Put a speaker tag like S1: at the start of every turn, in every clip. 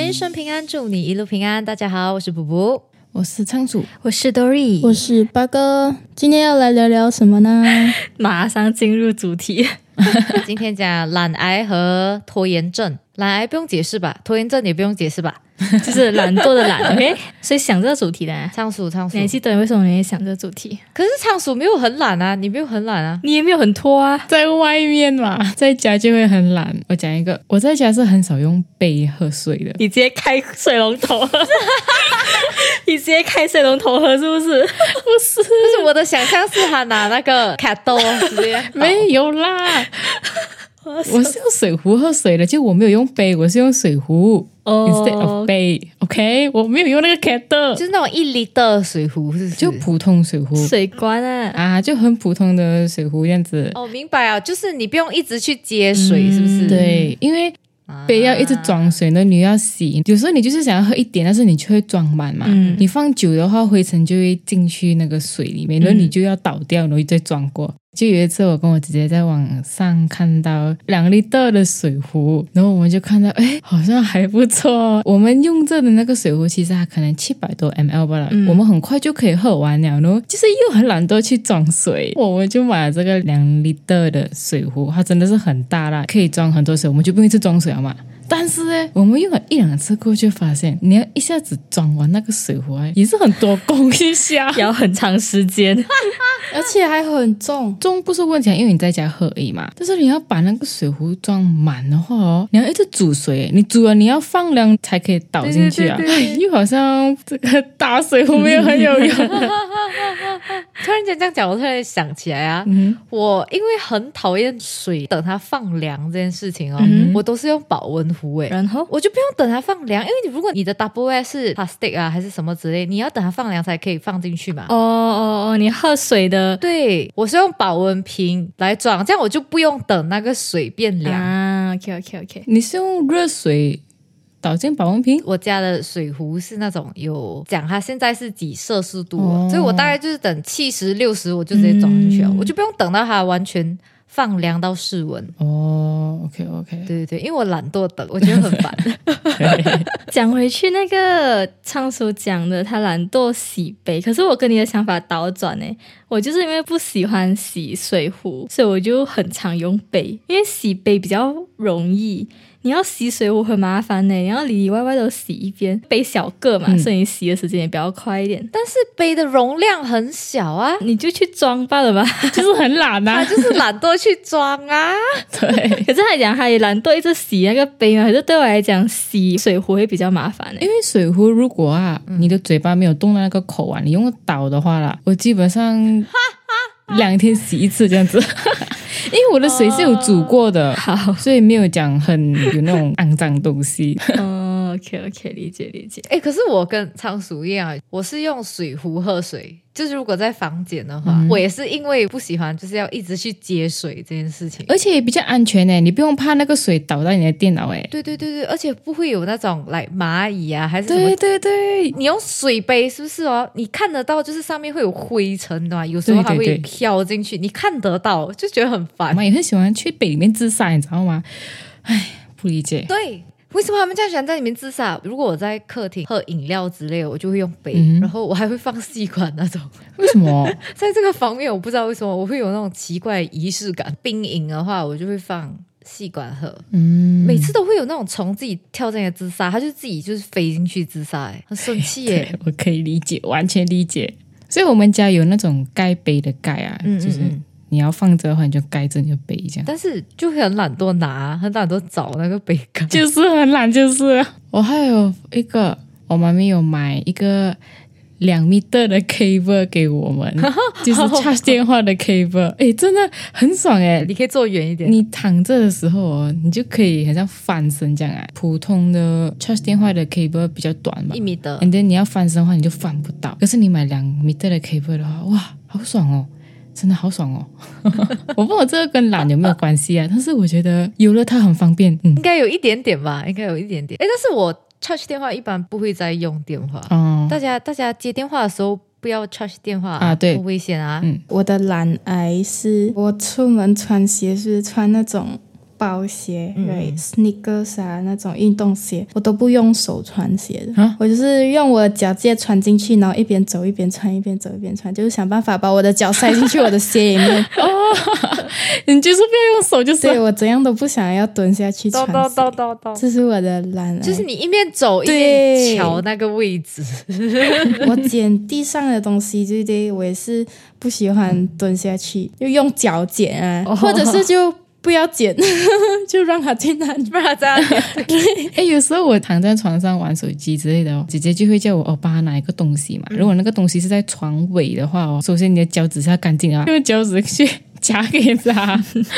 S1: 一生平安，祝你一路平安。大家好，我是卜 卜，
S2: 我是仓鼠，
S1: 我是 Dory，
S3: 我是八哥。今天要来聊聊什么呢？
S2: 马上进入主题。
S1: 今天讲懒癌和拖延症。懒癌不用解释吧？拖延症也不用解释吧？
S2: 就是懒惰 的懒，OK？所以想这个主题的，
S1: 仓鼠，仓鼠
S2: 你，还记得为什么你会想这个主题？
S1: 可是仓鼠没有很懒啊，你没有很懒啊。
S2: 你也没有很拖啊，
S4: 在外面嘛，在家就会很懒。我讲一个，我在家是很少用杯喝水的。
S2: 你直接开水龙 头，你直接开水龙头喝是不是？不是，
S1: 就是我的想象是他拿那个 kettle 直接哦倒
S4: 没有 啦，我是用水壶喝水的，就我没有用杯，我是用水壶、
S2: 哦
S4: instead of 杯。OK，我没有用那个 kettle，
S1: 就是那种一 l 的水壶，是不是？
S4: 就普通水壶
S2: 水关啊，
S4: 啊，就很普通的水壶这样子。
S1: 哦，明白啊，就是你不用一直去接
S2: 嗯
S1: 水，是不是？，啊
S4: 对，因为杯要一直装水，那你要洗。有时候你就是想要喝一点，但是你就会装满嘛。
S2: 嗯。
S4: 你放久的话，灰尘就会进去那个水里面，然后你就要倒掉，然后再装过。就有一次，我跟我姐姐在网上看到两 l 特的水壶，然后我们就看到，哎，好像还不错。哦我们用这的那个水壶，其实它可能七百多 ml 吧了，我们很快就可以喝完了。然后就是又很懒惰去装水，我们就买了这个两 l 特的水壶，它真的是很大啦，可以装很多水，我们就不用一直装水了嘛。但是呢，我们用了一两次过去，发现你要一下子装完那个水壶啊，也是很多功一 下
S2: 要很长时间。
S3: 而且还很重，
S4: 装不是问题啊，因为你在家喝而已嘛。但是你要把那个水壶装满的话哦，你要一直煮水，你煮了你要放凉才可以倒进去啊。哎，又好像这个打水壶没有很有 用。
S1: 突然间这样讲，我突然想起来啊，
S2: 嗯
S1: 我因为很讨厌水等它放凉这件事情哦，我都是用保温壶诶、
S2: 嗯然后
S1: 我就不用等它放凉，因为你如果你的 double S 是 plastic 啊还是什么之类，你要等它放凉才可以放进去嘛。
S2: 哦哦哦，你喝水的
S1: 对，我是用保温瓶来装，这样我就不用等那个水变凉。
S2: 啊，OK OK OK，
S4: 你是用热水倒进保温瓶？
S1: 我家的水壶是那种有讲它现在是几摄氏度啊、
S4: 哦
S1: 所以我大概就是等七十六十我就直接装进去了，啊
S2: 嗯
S1: 我就不用等到它完全放凉到室温。
S4: 哦，OK OK，
S1: 对对对，因为我懒惰等，我觉得很 烦。
S2: 讲回去那个仓鼠讲的，他懒惰洗杯，可是我跟你的想法倒转呢、我就是因为不喜欢洗水壶，所以我就很常用杯，因为洗杯比较容易。你要洗水壶很麻烦欸呢、你要里里外外都洗一遍，杯小个嘛，
S4: 嗯
S2: 所以你洗的时间也比较快一点。但
S1: 但是杯的容量很小 啊，
S2: 你就去装罢了吧。
S4: 就是很懒
S1: 他
S4: 啊。
S1: 就是懒惰去装啊。
S4: 对。
S2: 可是他讲他也懒惰，一直洗那个杯嘛。可是对我来讲，洗水壶会比较麻烦呢、欸
S4: 因为水壶如果啊，你的嘴巴没有动到那个口啊，你用倒的话啦，我基本上 两天洗一次这样子。 因为我的水是有煮过的，
S2: 好
S4: 所以没有讲很有那种肮脏东西。
S2: 嗯，OK OK，理解理解。
S1: 哎，可是我跟仓鼠一样啊，我是用水壶喝水。就是如果在房间的话，
S4: 嗯
S1: 我也是因为不喜欢，就是要一直去接水这件事情。
S4: 而且也比较安全呢、你不用怕那个水倒到你的电脑哎、
S1: 对对对对，而且不会有那种来蚂蚁啊，还是什么
S4: 对对对，
S1: 你用水杯是不是哦？你看得到，就是上面会有灰尘的嘛，有时候
S4: 对对
S1: 还会
S4: 对
S1: 飘进去，你看得到，就觉得很
S4: 我
S1: 烦。
S4: 妈也很喜欢去北里面自杀，你知道吗？唉，不理解。
S1: 对，为什么他们这样喜欢在里面自杀？如果我在客厅喝饮料之类的，我就会用杯，
S4: 嗯
S1: 然后我还会放吸管那种。
S4: 为什么？
S1: 在这个方面，我不知道为什么我会有那种奇怪的仪式感。冰饮的话，我就会放吸管喝，
S4: 嗯，
S1: 每次都会有那种虫自己跳进来自杀，它就自己就是飞进去自杀、欸，很生气耶、
S4: 对，我可以理解，完全理解。所以我们家有那种盖杯的盖啊，
S1: 嗯
S4: 就是
S1: 嗯嗯
S4: 你要放着的话，你就盖着你的杯这样。
S1: 但是就会很懒惰拿，很懒惰找那个杯盖。
S4: 就是很懒，就是。我还有一个，我妈咪有买一个两米的的 cable 给我们， 就是 charge 电话的 cable，哎，真的很爽哎。
S1: 你可以坐远一点。
S4: 你躺着的时候哦，你就可以好像翻身这样啊。普通的 charge 电话的 cable 比较短嘛
S1: 一，米的
S4: and，then 你要翻身的话，你就翻不到。可是你买两米的的 cable 的话，哇，好爽哦！真的好爽 哦！我不知道这个跟懒有没有关系啊，但是我觉得有了它很方便。嗯
S1: 应，该有一点点吧，应该有一点点。哎，但是我 charge 电话一般不会再用电话，
S4: 哦，
S1: 大家大家接电话的时候不要 charge 电话
S4: 啊对
S1: 很危险啊。
S4: 嗯
S3: 我的懒癌是，我出门穿鞋是穿那种。包鞋、
S1: 嗯
S3: right sneakers 啊那种运动鞋，我都不用手穿鞋的，
S4: 啊
S3: 我就是用我的脚直接穿进去，然后一边走一边穿，一边走一边穿，就是想办法把我的脚塞进去我的鞋里面。
S4: 你就是不要用手，就是
S3: 对我怎样都不想要蹲下去穿
S1: 咚
S3: 鞋，
S1: 咚咚咚咚，
S4: 嗯
S3: 这是我的懒癌。
S1: 就是你一边走一边
S3: 对
S1: 瞧那个位置，
S3: 我捡地上的东西，对不对？我也是不喜欢蹲下去，就用脚捡啊，
S1: 哦
S3: 或者是就不要捡， 就让它进那里。
S1: 不然这样
S4: 哎，有时候我躺在床上玩手机之类的哦，姐姐就会叫我哦，帮她拿一个东西嘛。如果那个东西是在床尾的话哦，首先你的脚趾是要干净 啊，用脚趾去夹给她，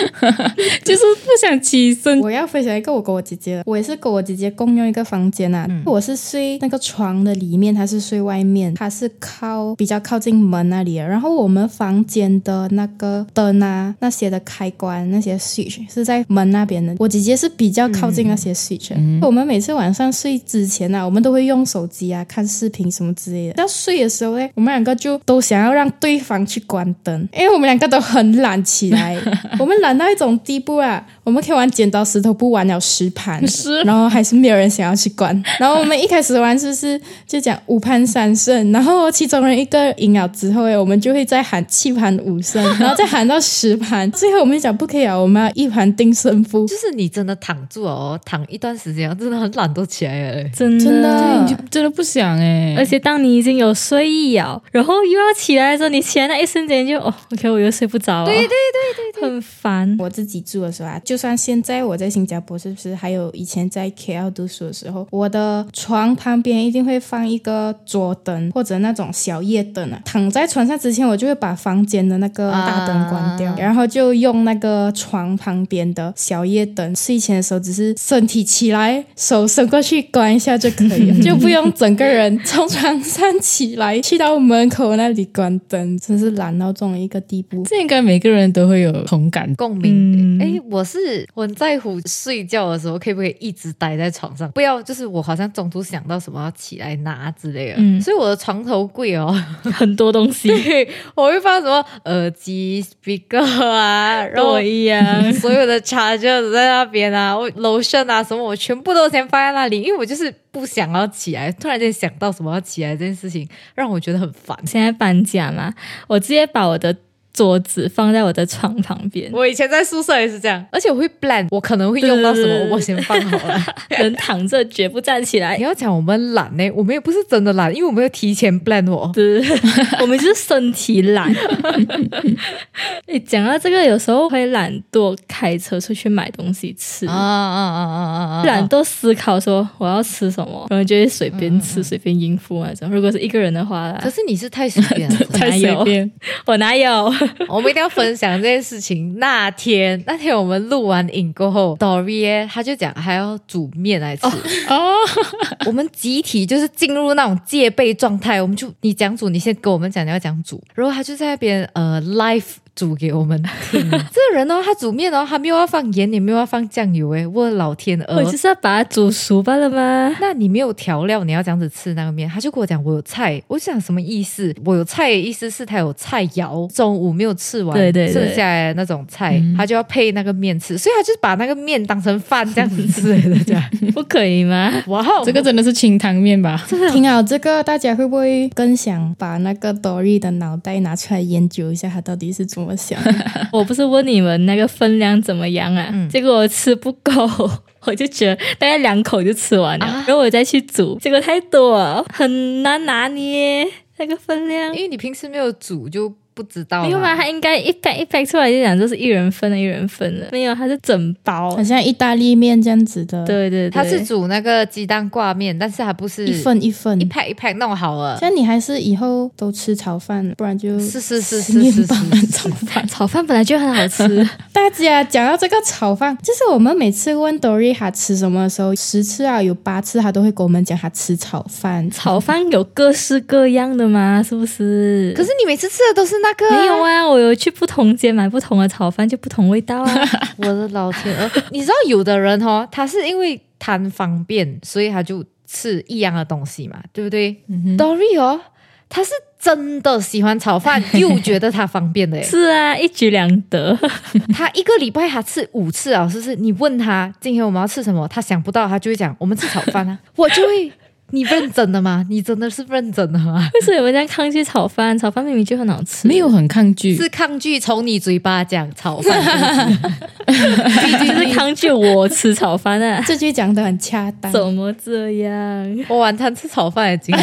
S4: 就是不想起身。
S3: 我要分享一个我跟我姐姐的，我也是跟我姐姐共用一个房间啊。我是睡那个床的里面，她是睡外面，她是靠比较靠近门那里的。然后我们房间的那个灯啊，那些的开关那些 switch 是在门那边的。我姐姐是比较靠近那些 switch 的。我们每次晚上睡之前啊，我们都会用手机啊看视频什么之类的。要睡的时候呢，我们两个就都想要让对方去关灯，因为我们两个都很懒起来，我们懒到一种地步啊，我们可以玩剪刀石头布玩了十盘，
S4: 是
S3: 然后还是没有人想要去关。然后我们一开始玩是不是就讲五盘三胜，然后其中人一个赢了之后，哎，我们就会再喊七盘五胜，然后再喊到十盘，最后我们就讲不可以啊，我们要一盘定胜 负。
S1: 就是你真的躺住哦，躺一段时间，真的很懒惰起来
S4: 嗯
S1: 了。
S2: 真的啊
S3: 真
S4: 对，
S3: 的
S4: 你就真的不想哎、
S2: 而且当你已经有睡意了，然后又要起来的时候，你起来那一瞬间就哦，OK，我又睡不着了，对对对对对，很烦。
S3: 我自己住的时候啊，就算现在我在新加坡，是不是？还有以前在 KL 读书的时候，我的床旁边一定会放一个桌灯或者那种小夜灯啊。躺在床上之前，我就会把房间的那个大灯关掉，
S1: 啊
S3: 然后就用那个床旁边的小夜灯。睡前的时候，只是身体起来，手伸过去关一下就可以了，就不用整个人从床上起来去到门口那里关灯，真是懒到这种一个地步。
S4: 这应该每个人都会有同感。
S1: 共鸣
S2: 嗯
S1: 的。哎、我是我很在乎睡觉的时候可不可以一直待在床上，不要就是我好像中途想到什么要起来拿之类的，
S2: 嗯
S1: 所以我的床头柜哦，
S2: 很多东西
S1: 我会放什么耳机、speaker 啊，然
S2: 跟
S1: 后
S2: 我一样，
S1: 所有的 charger 都在那边啊，我 lotion 啊什么，我全部都先放在那里，因为我就是不想要起来，突然间想到什么要起来这件事情，让我觉得很烦。
S2: 现在搬家嘛，我直接把我的桌子放在我的床旁边，
S1: 我以前在宿舍也是这样，而且我会 plan 我可能会用到什
S2: 对对
S1: 么
S2: 对，
S1: 我先放好 了。
S2: 人躺着绝不站起来
S1: 你。要讲我们懒呢、我们也不是真的懒，因为我们有提前 plan 我。
S2: 对，我们就是身体懒。 哎，讲到这个，有时候会懒惰开车出去买东西吃，
S1: 啊啊啊
S2: 懒惰思考说我要吃什么，然后就会随便吃、随便应付那种。如果是一个人的话啦，
S1: 嗯可是你是太随便 了，
S4: 太随便，
S2: 我哪有？
S1: 我们一定要分享这件事情。那天那天我们录完影过后，Dory 耶他就讲还要煮面来吃。
S4: 哦，
S1: 我们集体就是进入那种戒备状态，我们就你讲煮，你先跟我们讲你要讲煮，然后他就在那边呃 live 煮给我们 听。这个人哦，他煮面哦，他没有要放盐，也没有要放酱油，诶，我的老天鹅
S2: 我！就是要把它煮熟罢 了吗？
S1: 那你没有调料，你要这样子吃那个面，他就跟我讲我有菜，我想什么意思？我有菜的意思是他有菜肴，中午没有吃完，
S2: 对对对
S1: 剩下来的那种菜，他就要配那个面吃，所以他就是把那个面当成饭这样子 吃的，这样。
S2: 不可 以吗？
S1: 嗯哇哦，
S4: 这个真的是清汤面吧？
S1: 嗯
S3: 听好这个，大家会不会更想把那个 Dory 的脑袋拿出来研究一下，他到底是怎么想的？
S2: 我不是问你们那个分量怎么样啊？
S1: 嗯
S2: 结果我吃不够， 我就觉得大概两口就吃完了，
S1: 啊
S2: 然后我再去煮，结果太多了，很难拿捏那个分量。
S1: 因为你平时没有煮就不知道，
S2: 没有嘛，？他应该一 pack 一 pack 出来就讲这是一人份的，一人份的。没有，它是整包
S3: 好。像意大利面这样子的，，
S2: 对对对，
S1: 他是煮那个鸡蛋挂面，但是他不是
S3: 一份一份
S1: 一。派一派弄好了。
S3: 像你还是以后都吃炒饭，不然就是
S1: 是是是
S3: 面
S1: 是
S3: 包
S1: 是是
S3: 炒 饭。
S2: 炒饭本来就很好吃，
S3: 大家讲到这个炒饭，就是我们每次问 Dory 他吃什么的时候，十次啊有八次他都会跟我们讲他吃炒饭。
S2: 炒饭有各式各样的嘛，是不是？
S1: 可是你每次吃的都是那个、
S2: 没有啊，我有去不同间买不同的炒饭，就不同味道 啊。
S1: 我的老天鹅！ 你知道有的人哦，他是因为贪方便，所以他就吃一样的东西嘛，对不对、d o r y 哦，他是真的喜欢炒饭，又觉得它方便的耶。
S2: 是啊，一举两得。
S1: 他一个礼拜他吃五次啊，是不是？你问他今天我们要吃什么，他想不到，他就会讲我们吃炒饭 啊。我就会，你认真的吗？你真的是认真的吗？
S2: 为什么有人家抗拒炒饭？炒饭明明就很好吃。
S4: 没有很抗 拒，
S1: 是抗拒从你嘴巴讲炒饭，
S2: 就是抗拒我吃炒饭啊
S3: ！这句讲的很恰当。
S2: 怎么这样？
S1: 我晚餐吃炒饭的经历。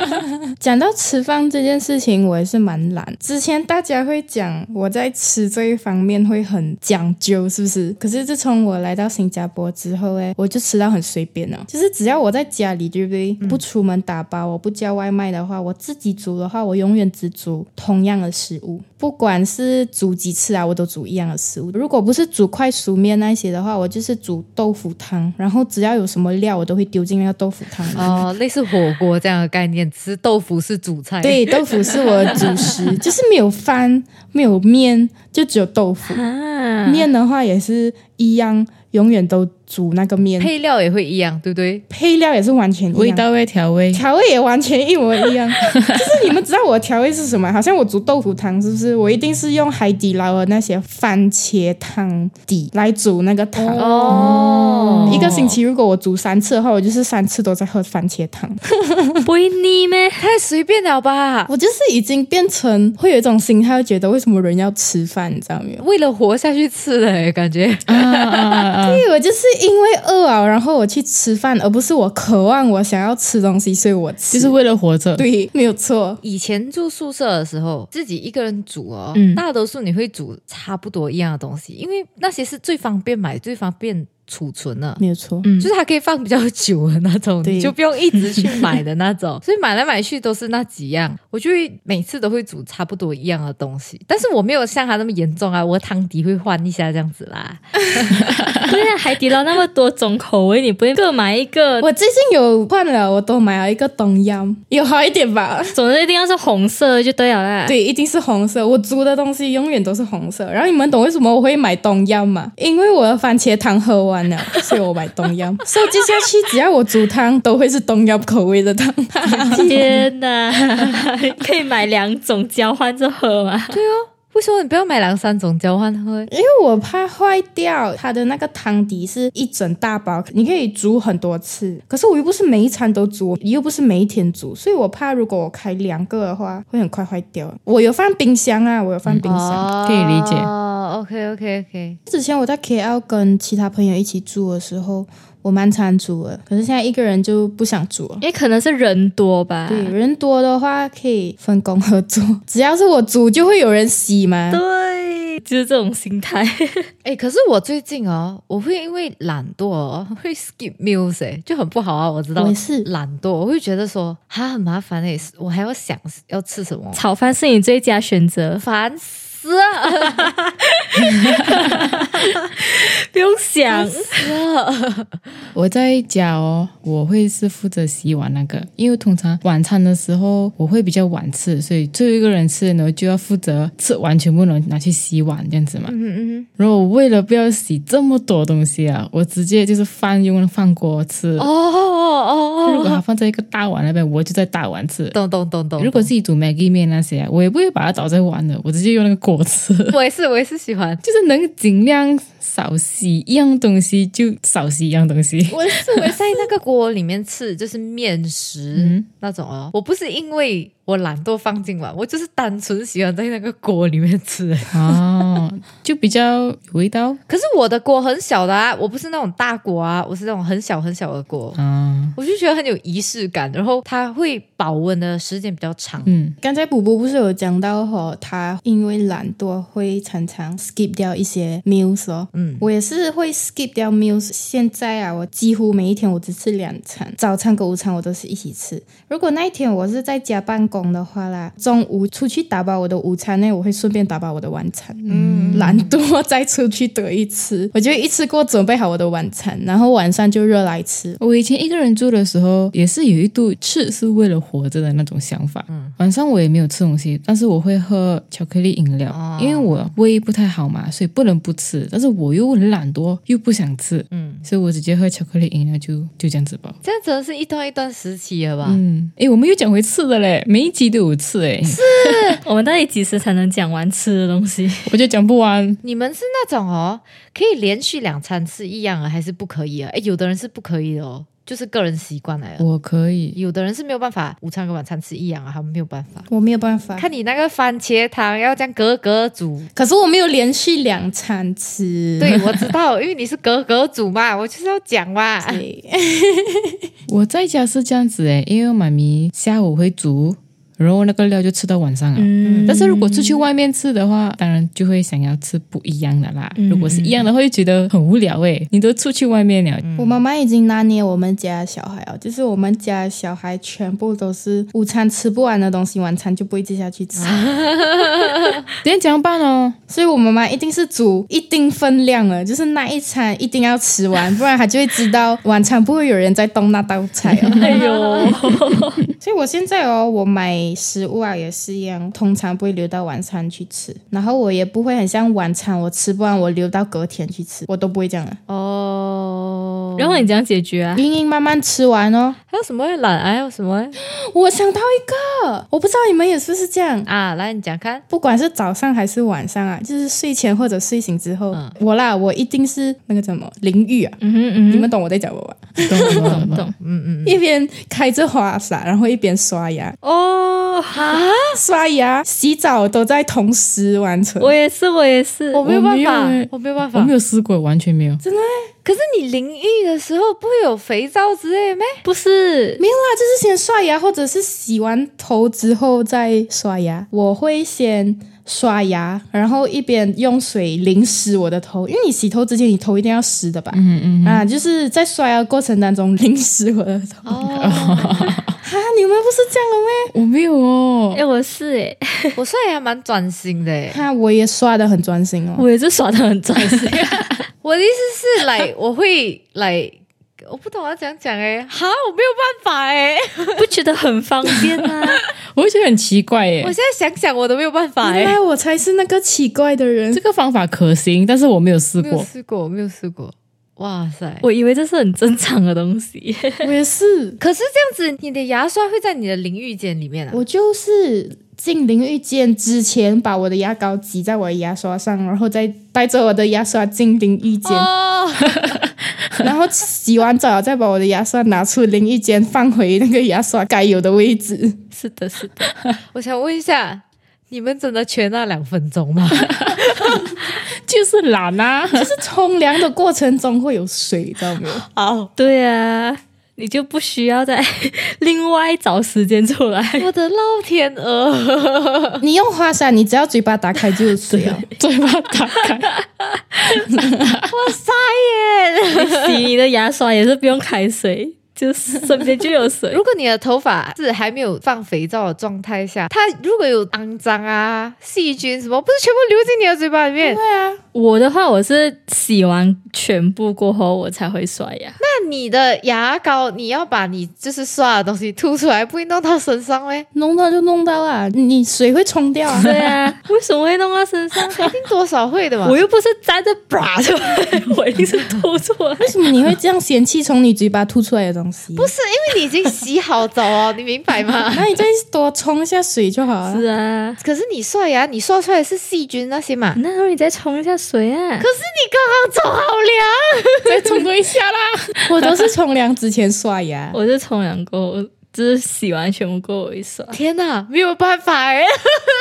S3: 讲到吃饭这件事情，我也是蛮懒。之前大家会讲我在吃这一方面会很讲究，是不是？可是自从我来到新加坡之后，哎，我就吃到很随便了。就是只要我在家里，对不对？不出门打包，我不叫外卖的话，我自己煮的话，我永远只煮同样的食物，不管是煮几次啊，我都煮一样的食物。如果不是煮快熟面那些的话，我就是煮豆腐汤，然后只要有什么料，我都会丢进那个豆腐汤里。
S1: 哦，类似火锅这样的概念，吃豆腐是主菜。，
S3: 对，豆腐是我的主食，就是没有饭，没有面，就只有豆腐。
S4: 嗯
S2: 啊，
S3: 面的话也是一样，永远都煮那个面，配
S1: 配料也会一样，对不对？
S3: 料也是完全一
S4: 味
S3: 样。
S4: 道味调 味。
S3: 调味也完全一模一样， 就是你们知道我的调味是什么？好像我煮豆腐汤，是不是？我一定是用海底捞的那些番茄汤底来煮那个汤。
S4: 哦
S1: 哦
S3: 一个星期如果我煮三次的话，我就是三次都在喝番茄汤。
S2: 不会腻咩？
S1: 太随便了吧？
S3: 我就是已经变成会有一种心态，会觉得为什么人要吃饭，你知道没有？
S1: 为了活下去吃的耶感觉。
S4: 啊啊啊！ 啊
S3: 对，哎我就是因为饿啊，然后我去吃饭，而不是我渴望我想要吃东西，所以我吃。
S4: 就是为了活着。
S3: 对，没有错。
S1: 以前住宿舍的时候，自己一个人煮哦，
S2: 嗯
S1: 大多数你会煮差不多一样的东西，因为那些是最方便买、最方便储存的。
S3: 没有错，
S2: 嗯
S1: 就是它可以放比较久的那种，
S3: 对
S1: 你就不用一直去买的那 种，所以买来买去都是那几样。我就会每次都会煮差不多一样的东西，但是我没有像他那么严重啊，我汤底会换一下这样子啦。
S2: 对啊，海底捞那么多种口味，你不会各买一个？
S3: 我最近有换了，我都买了一个东阳，有好一点吧？
S2: 总之一定要是红色的就对了啦。
S3: 对，一定是红色。我煮的东西永远都是红色。然后你们懂为什么我会买东阳吗？因为我的番茄汤喝完了，所以我买东 阳。所以接下去只要我煮汤，都会是东阳口味的汤。
S2: 天哪， 可以买两种交换着喝吗？
S1: 为什么你不要买两三种交换喝？
S3: 因为我怕坏掉，它的那个汤底是一整大包，你可以煮很多次。可是我又不是每一餐都煮，又不是每一天煮，所以我怕如果我开两个的话，会很快坏掉。我有放冰箱啊，我有放冰箱。
S1: 哦
S4: 可以理解
S1: 哦，OK OK OK，
S3: 之前我在 KL 跟其他朋友一起住的时候，我蛮常煮的，可是现在一个人就不想煮了。
S2: 因为可能是人多
S1: 啊
S2: 吧。
S3: 对，人多的话可以分工合作，只要是我煮就会有人洗嘛。
S2: 对，就是这种心态。
S1: 哎、可是我最近哦，我会因为懒惰、哦、 会 skip meals，哎、就很不好啊。我知道，
S3: 我也是
S1: 懒惰，我会觉得说它很麻烦哎、我还要想要吃什么，
S2: 炒饭是你最佳选择，
S1: 烦死了，
S2: 不用想。
S4: 我在家哦，我会是负责洗碗那个，因为通常晚餐的时候我会比较晚吃，所以最后一个人吃，然后就要负责吃完全部能拿去洗碗这样子嘛。
S1: 嗯嗯
S4: 然后我为了不要洗这么多东西啊，我直接就是饭用饭锅吃。
S1: 嗯， 哦哦
S4: 如
S1: 哦
S4: 果它放在一个大碗那边，我就在大碗吃
S1: 哦，。懂懂懂懂。
S4: 如果自己煮 Maggie 面那些啊，我也不会把它倒在碗的，我直接用那个锅吃。
S1: 我也是，我也是喜欢。
S4: 就是能尽量少洗一样东西就少洗一样东西。
S1: 我是我在那个锅里面吃，就是面食、
S4: 嗯
S1: 那种哦。我不是因为我懒惰放进碗，我就是单纯喜欢在那个锅里面吃。
S4: 哦，就比较有味 道
S1: 可是我的锅很小的啊，我不是那种大锅啊，我是那种很小很小的锅，
S4: 啊。
S1: 我就觉得很有仪式感。然后它会保温的时间比较长。
S4: 嗯，
S3: 刚才补补不是有讲到吼，他因为懒惰会常常 skip 掉一些 meals 哦。
S1: 嗯
S3: 我也是会 skip 掉 meals。现在啊，我几乎每一天我只吃两餐，早餐跟午餐我都是一起吃。如果那一天我是在家办公的话啦，中午出去打包我的午餐呢，我会顺便打包我的晚餐。嗯，懒惰再出去得一次，我就一次过准备好我的晚餐，然后晚上就热来吃。
S4: 我以前一个人住的时候，也是有一度吃是为了活着的那种想法。
S1: 嗯
S4: 晚上我也没有吃东西，但是我会喝巧克力饮料，
S1: 啊
S4: 因为我胃不太好嘛，所以不能不吃。但是我又很懒惰，又不想吃，
S1: 嗯，
S4: 所以我直接喝巧克力饮料就就这样子吧。
S1: 这样真的是一段一段时期了吧？
S4: 哎嗯，诶，我们又讲回吃的嘞，每一一集都有吃哎、
S2: 我们到底几时才能讲完吃的东 西？
S4: 我就讲不完。
S1: 你们是那种哦，可以连续两餐吃一样啊，还是不可以啊？哎，有的人是不可以的哦，就是个人习惯来了。
S4: 我可以，
S1: 有的人是没有办法，午餐跟晚餐吃一样啊，他们没有办法。
S3: 我没有办法。
S1: 看你那个番茄汤要这样格格煮，
S3: 可是我没有连续两餐吃。
S1: 对我知道，因为你是格格煮嘛，我就是要讲 嘛。
S3: 对，
S4: 我在家是这样子哎、因为妈咪下午会煮，然后那个料就吃到晚上了。
S2: 嗯
S4: 但是如果出去外面吃的话，当然就会想要吃不一样的啦。
S2: 嗯
S4: 如果是一样的话，就觉得很无聊哎、你都出去外面了，
S3: 我妈妈已经拿捏我们家的小孩哦，就是我们家的小孩全部都是午餐吃不完的东西，晚餐就不会接下去吃。
S4: 等下怎样办哦？
S3: 所以我妈妈一定是煮一定分量了，就是那一餐一定要吃完，不然她就会知道晚餐不会有人在动那道 菜哦。
S2: 哎呦，
S3: 所以我现在哦，我买食物啊也是一样，通常不会留到晚餐去吃，然后我也不会很像晚餐我吃不完我留到隔天去吃，我都不会这样的。
S1: 哦，
S2: 然后你怎样解决啊？
S3: 莹莹慢慢吃完哦。
S1: 还有什么懒癌？还有什么
S3: 我想到一个，我不知道你们也是不是这样。
S1: 啊？来，你讲看。
S3: 不管是早上还是晚上啊，就是睡前或者睡醒之后，
S1: 嗯
S3: 我啦，我一定是那个叫什么淋浴啊，
S2: 嗯哼嗯
S3: 你
S2: 哼，
S3: 们懂我在讲我吧？
S4: 懂了懂了懂
S2: 懂
S4: 了
S2: 懂
S3: 一边开着花洒，然后一边刷牙，
S2: 哦，哈，
S3: 刷牙、洗澡都在同时完成。
S2: 我也是，我也是，
S1: 我没有办
S4: 我没有
S1: 法
S4: 欸，
S1: 我没有办
S4: 我
S1: 法
S4: 没。有试过，完全没有。
S1: 可是你淋浴的时候不会有肥皂之类的咩？
S2: 不是
S3: 没有啦，就是先刷牙，或者是洗完头之后再刷牙。我会先刷牙，然后一边用水淋湿我的头，因为你洗头之前你头一定要湿的吧？
S4: 嗯嗯，
S3: 啊，就是在刷牙过程当中淋湿我的头。
S1: 哦，
S3: 哈，你们不是这样的咩？
S4: 我没有哦
S2: 哎、。我是哎、
S1: 我算还蛮专心的欸。
S3: 看啊我也刷的很专心哦。
S2: 我也是耍的很专心，
S1: 我的意思是， 来，我会来，我不懂我要怎样讲哎、欸，哈，我没有办法哎、
S2: 不觉得很方便啊吗？
S4: 我会觉得很奇怪 耶
S1: 我。现在想想我都没有办法哎、
S3: 原来我才是那个奇怪的 人
S4: 这。个方法可行，但是我没有试
S1: 没有
S4: 过。
S1: 试过，没有试过，哇塞！
S2: 我以为这是很正常的东西。
S3: 我也是，
S1: 可是这样子，你的牙刷会在你的淋浴间里面啊？
S3: 我就是进淋浴间之前，把我的牙膏挤在我的牙刷上，然后再带着我的牙刷进淋浴间，
S1: 哦，
S3: 然后洗完澡再把我的牙刷拿出淋浴间，放回那个牙刷该有的 位置。
S2: 是的，是的，
S1: 我想问一下，你们真的缺那两分钟吗？
S4: 就是懒啊，
S3: 就是冲凉的过程中会有水，知道没有？
S1: 好，
S2: 对啊，你就不需要再 另外找时间出来。
S1: 我的老天 鹅！
S3: 你用花洒，你只要嘴巴打开就有水啊了。
S4: 嘴巴打开，
S2: 洗你的牙刷也是不用开水，就是身边就有水
S1: 如。果你的头发是还没有放肥皂的状态下，它如果有肮脏啊、细菌什么，不是全部流进你的嘴巴里面？
S2: 我的话，我是洗完全部过后我才会刷牙。
S1: 那你的牙膏，你要把你就是刷的东西吐出来，不会弄到身 上嘞？
S3: 弄到就弄到啊，你水会冲 掉啊。
S2: 对啊，为什么会弄到身上？
S1: 一定多少会的嘛。
S2: 我又不是粘着 bra 出来，我一定是吐出来。
S3: 为什么你会这样嫌弃从你嘴巴吐出来的东西？
S1: 不是因为你已经洗好澡哦，你明白吗？
S3: 那你再多冲一下水就好 了
S2: 是。啊，
S1: 可是你刷牙，你刷出来的是细菌那些嘛？
S2: 那时候你再冲一下水啊。
S1: 可是你刚刚冲好凉，
S4: 再冲多一下啦。
S3: 我都是冲凉之前刷牙。
S2: 我是冲凉过后，就是洗完全部过后我一刷。
S1: 天哪，没有办法哎！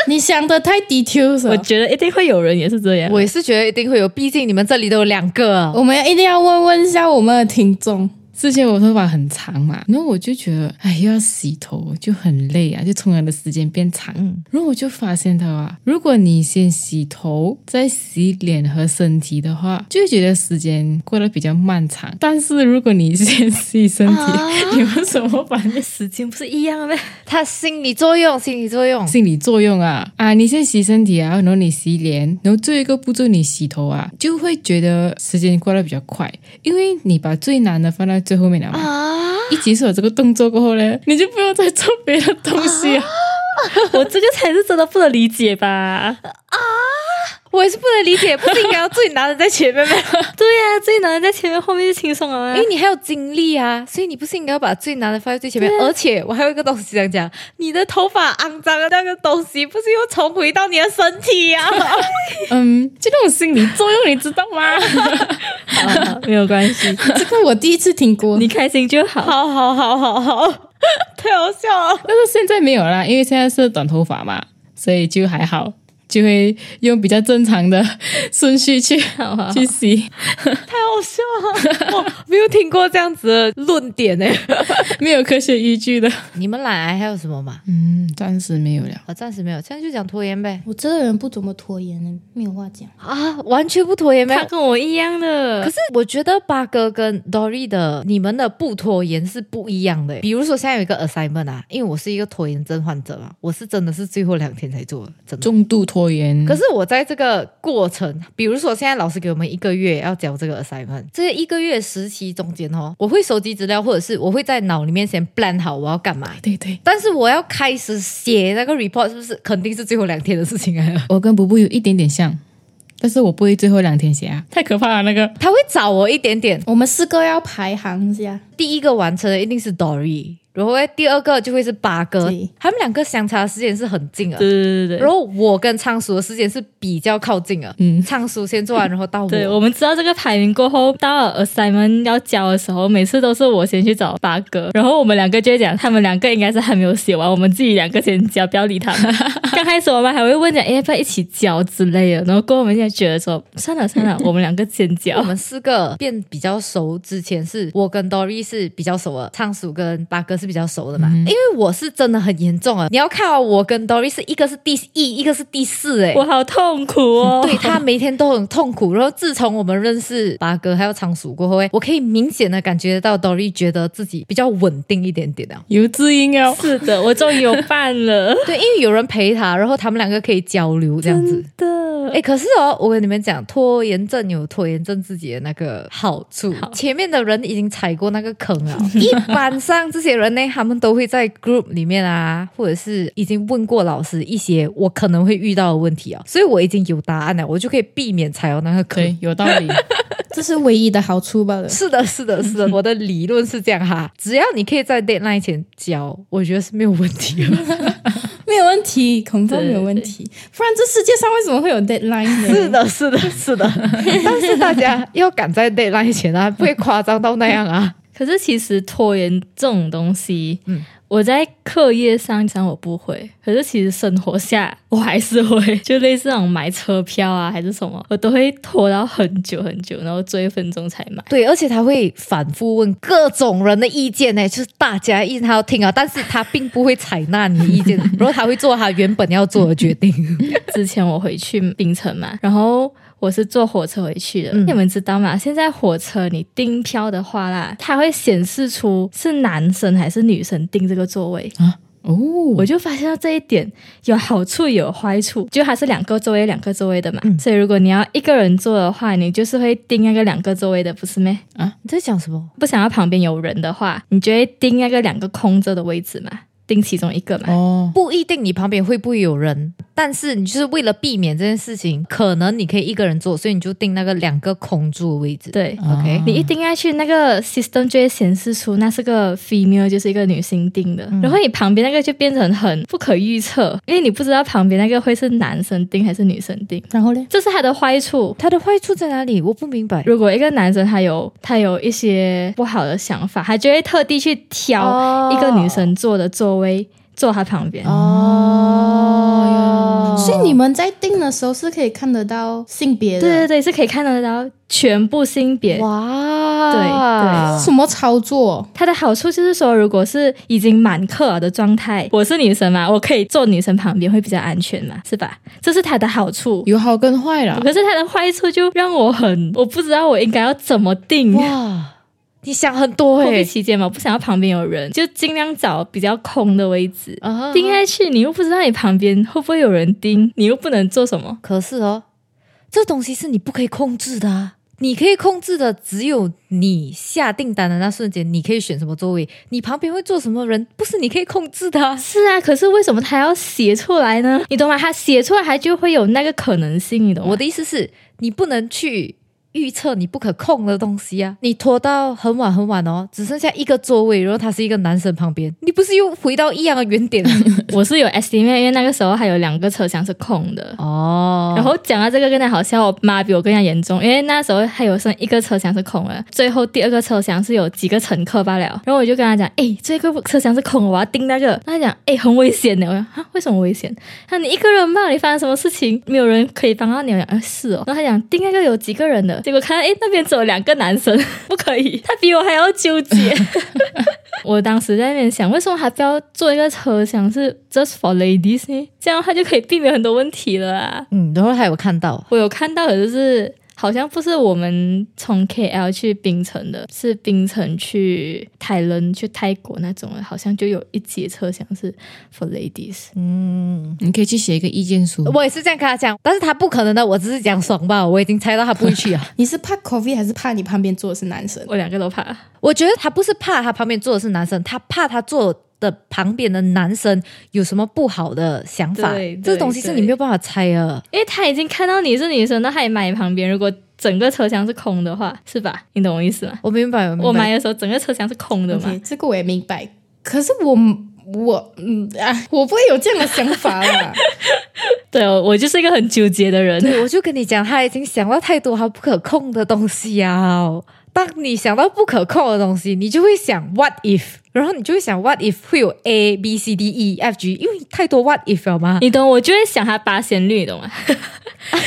S3: 你想的太 details
S2: 我
S3: 了。
S2: 觉得一定会有人也是这样。
S1: 我也是觉得一定会有，毕竟你们这里都有两个。
S3: 我们一定要问问一下我们的听众，
S4: 之前我头发很长嘛，然后我就觉得，哎，又要洗头，就很累啊，就冲凉的时间变长。然后我就发现到啊，如果你先洗头，再洗脸和身体的话，就会觉得时间过得比较漫长。但是如果你先洗身体，
S1: 啊
S4: 你为什么反应？
S2: 时间不是一样 的吗？
S1: 它心理作用，心理作用。
S4: 心理作用啊啊！你先洗身体啊，然后你洗脸，然后最后一个步骤你洗头啊，就会觉得时间过得比较快，因为你把最难的放在最后面了嘛。一结束了这个动作过后呢，你就不用再做别的东西啊。
S2: 我这个才是真的不能理解吧？
S1: 我也是不能理解，不是应该要最难的在前面 吗？
S2: 对呀、最难的在前面，后面就轻松了啊
S1: 因为你还有精力啊，所以你不是应该要把最难的放在最前面？而且我还有一个东西想讲，你的头发肮脏啊的那个东西，不是又重回到你的身体 呀、啊？
S4: 嗯，就那种心理作用，你知道吗？
S2: 啊 没有关系，
S3: 这个我第一次听过。
S2: 你开心就好。
S1: 好好好好好，太好笑了。
S4: 但是现在没有啦，因为现在是短头发嘛，所以就还好，就会用比较正常的顺序去
S2: 好好好
S4: 去洗。
S1: 太好笑了，我没有听过这样子的论点 呢。
S4: 没有科学依据的。
S1: 你们懒癌还有什么吗？
S4: 嗯，暂时没有了。
S1: 我暂时没有，现在就讲拖延呗。
S3: 我这个人不怎么拖延的，没有话讲。
S1: 啊，完全不拖延没有
S2: 他。跟我一样的
S1: 可，是我觉得八哥跟 Dory 的你们的不拖延是不一样的。比如说现在有一个 assignment 啊，因为我是一个拖延症患者嘛，我是真的是最后两天才做的，真的。
S4: 重度拖延，
S1: 可是我在这个过程，比如说现在老师给我们一个月要交这个 assignment，这一个月时期中间哦，我会收集资料，或者是我会在脑里面先 plan 好我要干嘛。
S4: 对对，
S1: 但是我要开始写那个 report，是不是肯定是最后两天的事情啊？
S4: 我跟布布有一点点像，但是我不会最后两天写啊，太可怕了那个。
S1: 他会找我一点点，
S3: 我们四个要排行一下，
S1: 第一个完成的一定是 Dory，然后第二个就会是八哥
S3: 对，
S1: 他们两个相差的时间是很近
S2: 对
S1: 的。
S2: 对对对
S1: 然后我跟仓鼠的时间是比较靠近的，
S4: 嗯
S1: 仓鼠先做完，然后到我。
S2: 对，我们知道这个排名过后，到了 assignment 要交的时候，每次都是我先去找八哥，然后我们两个就会讲，他们两个应该是还没有写完，我们自己两个先交，不要理他 们。刚开始我们还会问讲，哎，要不要一起交之类的，然后过后我们现在觉得说，算了算了，我们两个先
S1: 我
S2: 交。
S1: 们四个变比较熟之前，是我跟 Dory 是比较熟的，仓鼠跟八哥是比较熟的嘛。
S2: 嗯
S1: 因为我是真的很严重啊！你要看啊，我跟 Dory 是一个是第一，一个是第四、欸，哎，
S2: 我好痛苦哦！
S1: 对他每天都很痛苦。然后自从我们认识八哥还有仓鼠过后，哎诶我可以明显的感觉到 Dory 觉得自己比较稳定一点点了。
S4: 有字音哦，
S2: 是的，我终于有伴 了
S1: 对，因为有人陪他，然后他们两个可以交流这样子。
S2: 的
S1: 哎，可是哦，我跟你们讲，拖延症有拖延症自己的那个好处。前面的人已经踩过那个坑了。一般上这些人呢，他们都会在 group 里面啊，或者是已经问过老师一些我可能会遇到的问题啊，所以我已经有答案了，我就可以避免踩到那个坑。
S4: 对，有道 理。
S3: 这是唯一的好处罢 了。
S1: 是的，是的，是的，我的理论是这样哈，只要你可以在 deadline 前交，我觉得是没有问题的。
S3: 没有问题，恐怕
S2: 对
S3: 没有问题。不然这世界上为什么会有 deadline
S1: 是
S3: 呢？
S1: 的，是的，是的， 但是大家要赶在 deadline 前啊，不会夸张到那样啊。
S2: 可是其实拖延这种东西，
S1: 嗯
S2: 我在课业上讲我不会，可是其实生活下我还是会， 就类似那种买车票啊还是什么，我都会拖到很久很久，然后最后一分钟才 买。
S1: 对，而且他会反复问各种人的意见呢，就是大家意见他要听啊，但是他并不会采纳你的意见，然后他会做他原本要做的决 定。
S2: 之前我回去槟城嘛，然后。我是坐火车回去的，
S1: 嗯
S2: 你们知道吗？现在火车你订票的话啦，它会显示出是男生还是女生订这个座位。
S4: 哦，
S2: 我就发现到这一点有好处也有坏处，就它是两个座位两个座位的嘛，所以如果你要一个人坐的话，你就是会盯那个两个座位的，不是咩？
S1: 你在讲什么？
S2: 不想要旁边有人的话，你就会盯那个两个空着的位置嘛，盯其中一个嘛。
S4: 哦，
S1: 不一定你旁边会不会有人，但是你就是为了避免这件事情，可能你可以一个人做，所以你就定那个两个空住的位置。
S2: 对，
S1: ，OK，
S2: 你一盯下去，那个 system 就会显示出那是个 female，就是一个女性定的。然后你旁边那个就变成很不可预测，因为你不知道旁边那个会是男生定还是女生定，
S3: 然后呢？
S2: 这是它的坏处。
S1: 它的坏处在哪里？我不明白。
S2: 如果一个男生他有他有一些不好的想法，他就会特地去挑
S1: 哦
S2: 一个女生坐的座位坐他旁边。
S1: 哦，
S3: 所以你们在定的时候是可以看得到性别
S2: 对对
S3: 的，
S2: 对，是可以看得到全部性别。
S1: 哇，
S3: 什么操作？
S2: 它的好处就是说，如果是已经满课了的状态，我是女生嘛，我可以坐女生旁边会比较安全嘛，是吧？这是它的好处。
S4: 有好跟坏啦。
S2: 可是它的坏处就让我很，我不知道我应该要怎么定。
S1: 哇，你想很多
S2: COVID
S1: 哎、
S2: 期间嘛，我不想要旁边有人，就尽量找比较空的位置。
S1: 啊
S2: 盯下去，你又不知道你旁边会不会有人盯，你又不能做什么。
S1: 可是哦，这东西是你不可以控制的、啊。你可以控制的只有你下订单的那瞬间，你可以选什么座位，你旁边会坐什么人，不是你可以控制的啊、
S2: 是啊，可是为什么他要写出来呢？你懂吗？他写出来，他就会有那个可能性，你懂吗？
S1: 我的意思是，你不能去预测你不可控的东西啊！你拖到很晚很晚哦，只剩下一个座位，然后他是一个男生旁边，你不是又回到一样的原点了？
S2: 我是有 estimate，因为那个时候还有两个车厢是空的。
S1: 哦
S2: 然后讲到这个更加好笑，我妈比我更加严重，因为那时候还有剩一个车厢是空的，最后第二个车厢是有几个乘客罢了。然后我就跟她讲，哎，这个车厢是空的，我要订那个。 她讲，哎，很危险的。我讲，啊，为什么危险？她说你一个人嘛，你发生什么事情，没有人可以帮到你。我讲，啊，是哦。然后她讲订那个有几个人的，结果看到哎那边只有两个男生，不可以，她比我还要纠结。 我当时在那边想，为什么还不要做一个车厢是 just for ladies 呢？这样她就可以避免很多问题了啊。
S1: 嗯，然后还有看到
S2: 我有看到，的就是好像不是我们从 KL 去槟城的，是槟城去泰伦去泰国那种的，好像就有一节车厢是 for ladies。
S4: 你可以去写一个意见书。
S1: 我也是这样跟他讲，但是他不可能的，我只是讲爽吧，我已经猜到他不会去 啊。
S3: 你是怕 COVID 还是怕你旁边坐的是男生？
S2: 我两个都怕，
S1: 我觉得他不是怕他旁边坐的是男生，他怕他坐的旁边的男生有什么不好的想法
S2: 对对，
S1: 这东西是你没有办法猜啊的。
S2: 因为他已经看到你是女生，那他也买旁边。如果整个车厢是空的话，是吧？你懂我意思吗？
S1: 我明白，明白
S2: 我买啊的时候整个车厢是空的嘛
S3: OK，这个我也明白。可是我我嗯啊，我不会有这样的想 法啦。
S2: 对，我我就是一个很纠结的人。
S1: 对，我就跟你讲，他已经想到太多他不可控的东西啊。当你想到不可控的东西，你就会想 what if，然后你就会想 what if 会有 a b c d e f g，因为太多 what if 了吗？
S2: 你懂，我就会想它八仙率，你 懂吗？就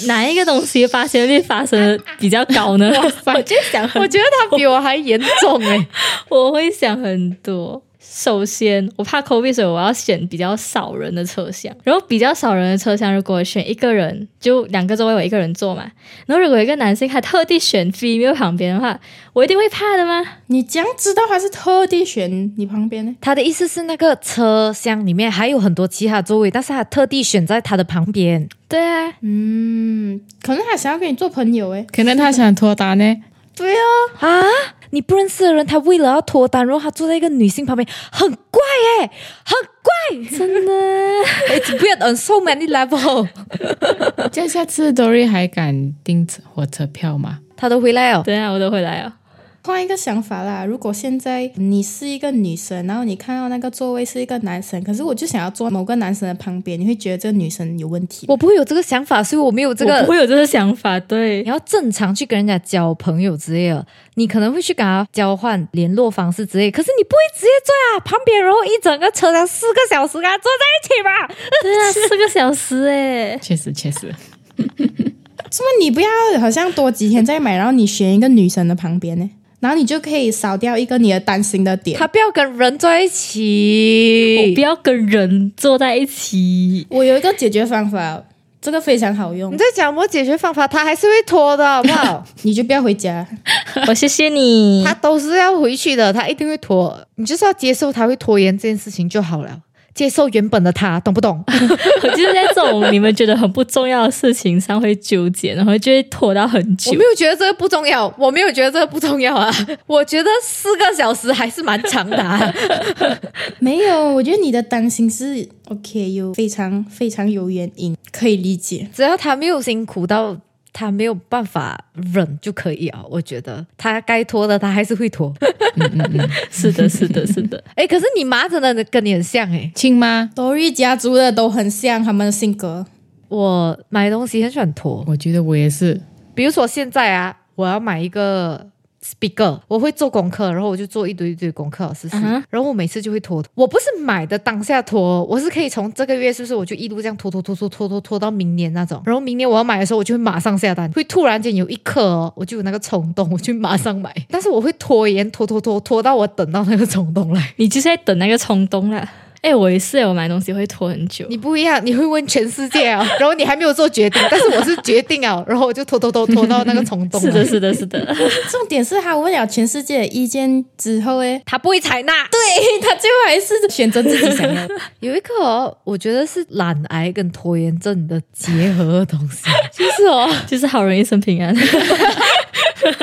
S2: 是哪一个东西八仙率发生的比较高呢？ 我就想很
S1: 我觉得他比我还严重哎、
S2: 我会想很多。首先，我怕 COVID，所以我要选比较少人的车厢。然后比较少人的车厢，如果选一个人，就两个座位我一个人坐嘛。然后如果有一个男性还特地选 female 旁边的话，我一定会怕的吗？
S3: 你怎样知道他是特地选你旁边呢？
S1: 他的意思是那个车厢里面还有很多其他座位，但是他特地选在他的旁边。
S2: 对啊，
S3: 嗯，可能他想要跟你做朋友诶。
S4: 可能他想脱单呢，
S3: 对啊，
S1: 啊，你不认识的人，他为了要脱单，然后他坐在一个女性旁边，很怪哎、很怪，真的。It's weird on so many level。
S4: 这样下次 Dory 还敢订火车票吗？
S1: 他都回来哦，
S2: 对啊，我都会来啊。
S3: 换一个想法啦。如果现在你是一个女生，然后你看到那个座位是一个男生，可是我就想要坐某个男生的旁边，你会觉得这个女生有问题吗？
S1: 我不会有这个想法，所以我没有这
S2: 我
S1: 个
S2: 不。会有这个想法，对啊
S1: 你。要正常去跟人家交朋友之类的，你可能会去跟他交换联络方式之类，可是你不会直接坐啊旁边，然后一整个车厢四个小时跟他坐在一起吧？
S2: 对啊，四个小时哎、
S4: 确实，确实，
S3: 怎么你不要好像多几天再买，然后你选一个女生的旁边呢？然后你就可以少掉一个你的担心的点。
S1: 他不要跟人坐在一起哦
S2: 我不。要跟人坐在一起。
S3: 我有一个解决方法，这个非常好用
S1: 你，在讲我解决方法，他还是会拖的，好不 好？
S3: 你就不要回家。
S2: 我谢谢 你
S1: 他。都是要回去的，他一定会拖。你就是要接受他会拖延这件事情就好了，接受原本的他，懂不 懂？
S2: 我就是在这种你们觉得很不重要的事情上会纠结，然后就会拖到很
S1: 我
S2: 久
S1: 没。有觉得这个不重要，我没有觉得这个不重要啊。 我觉得四个小时还是蛮长的、啊。
S3: 没有，我觉得你的担心是 OK，有非常非常有原因，可以理解。
S1: 只要他没有辛苦到他没有办法忍就可以啊。我觉得他该拖的他还是会拖。
S2: 是的，是的，是 的。
S1: 哎，可是你妈真的跟你很像哎、
S4: 亲吗？
S3: Dory 家族的都很像他们的性格，
S1: 我买东西很喜欢拖，
S4: 我觉得我也是。
S1: 比如说现在啊，我要买一个 speaker，我会做功课，然后我就做一堆一堆功课试试
S2: 嗯哼
S1: 然后我每次就会拖。我不是买的当下拖，我是可以从这个月是不是我就一路这样拖拖拖拖拖拖拖到明年那种。然后明年我要买的时候，我就会马上下单，会突然间有一刻哦，我就有那个冲动，我就马上买。但是我会拖延拖拖拖拖到我等到那个冲动来。
S2: 你就是在等那个冲动啦。哎，我也是，我买东西会拖很久。
S1: 你不一样，你会问全世界 啊，然后你还没有做决定，但是我是决定啊，然后我就拖拖拖拖到那个冲 动来。
S2: 是的，是的，是的。
S3: 重点是他问了全世界的意见之后，诶，
S1: 他不会采纳。
S3: 他最后还是选择自己想 要的。
S1: 有一个、哦，我觉得是懒癌跟拖延症的结合的东西，就是哦，
S2: 就是好人一生平安。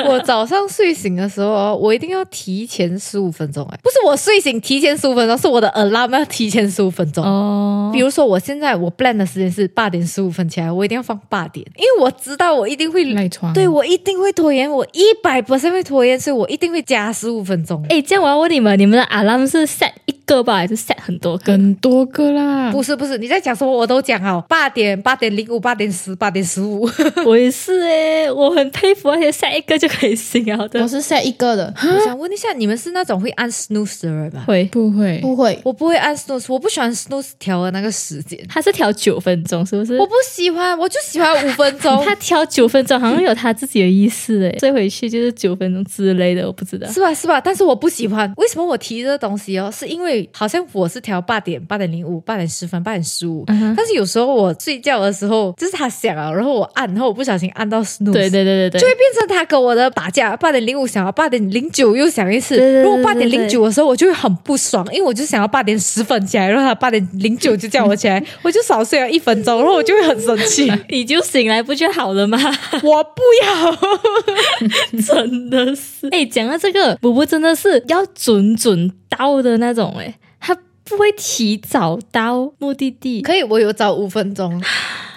S1: 我早上睡醒的时候哦，我一定要提前十五分钟。哎，不是我睡醒提前十五分钟，是我的 alarm 要提前十五分钟。
S2: 哦
S1: 比如说，我现在我 plan 的时间是八点十五分起来，我一定要放八点，因为我知道我一定会
S2: 哎
S4: 赖床。
S1: 对我一定会拖延，我一百 percent 会拖延，所以我一定会加十五分钟。
S2: 哎，这样我要问你们，你们的 alarm 是 set 一个吧，还是 set 很多 个？
S4: 很多个啦，
S1: 不是不是，你在讲什么？我都讲好，八点、八点零五、八点十、八点十五，
S2: 我也是哎，我很佩服那些 set 一个就可以醒了
S3: 我
S2: 的。
S3: 是 set 一个的，
S1: 我想问一下，你们是那种会按 snooze 的人吗？
S2: 会，
S4: 不会，
S3: 不会，
S1: 我不会按 snooze，我不喜欢 snooze 调的那个时间，
S2: 他是调九分钟，是不是？
S1: 我不喜欢，我就喜欢五分 钟
S2: 他。调九分钟，好像有他自己的意思哎。这回去就是九分钟之类的，我不知道。
S1: 是吧是吧？但是我不喜欢。为什么我提这个东西哦？是因为好像我是调八点、八点零五、八点十分、八点十五，
S2: 嗯哼
S1: 但是有时候我睡觉的时候，就是他响了，然后我按，然后我不小心按到 snooze，
S2: 对对对对
S1: 就
S2: 对
S1: 会，变成他跟我的打架，八点零五想要八点零九又想一次
S2: 对对对，
S1: 如果八点
S2: 对
S1: 零
S2: 对
S1: 九的时候我就会很不爽，因为我就想要八点十分起来，然后他八点零九就叫我起 来，我就少睡了一分钟，然后我就会很生气，
S2: 你就醒来不就好了吗？
S1: 我不要，
S2: 真的是，哎、讲到这个，伯伯真的是要准准到的那种、哎，他不会提早到目的地，
S1: 可以，我有找五分钟，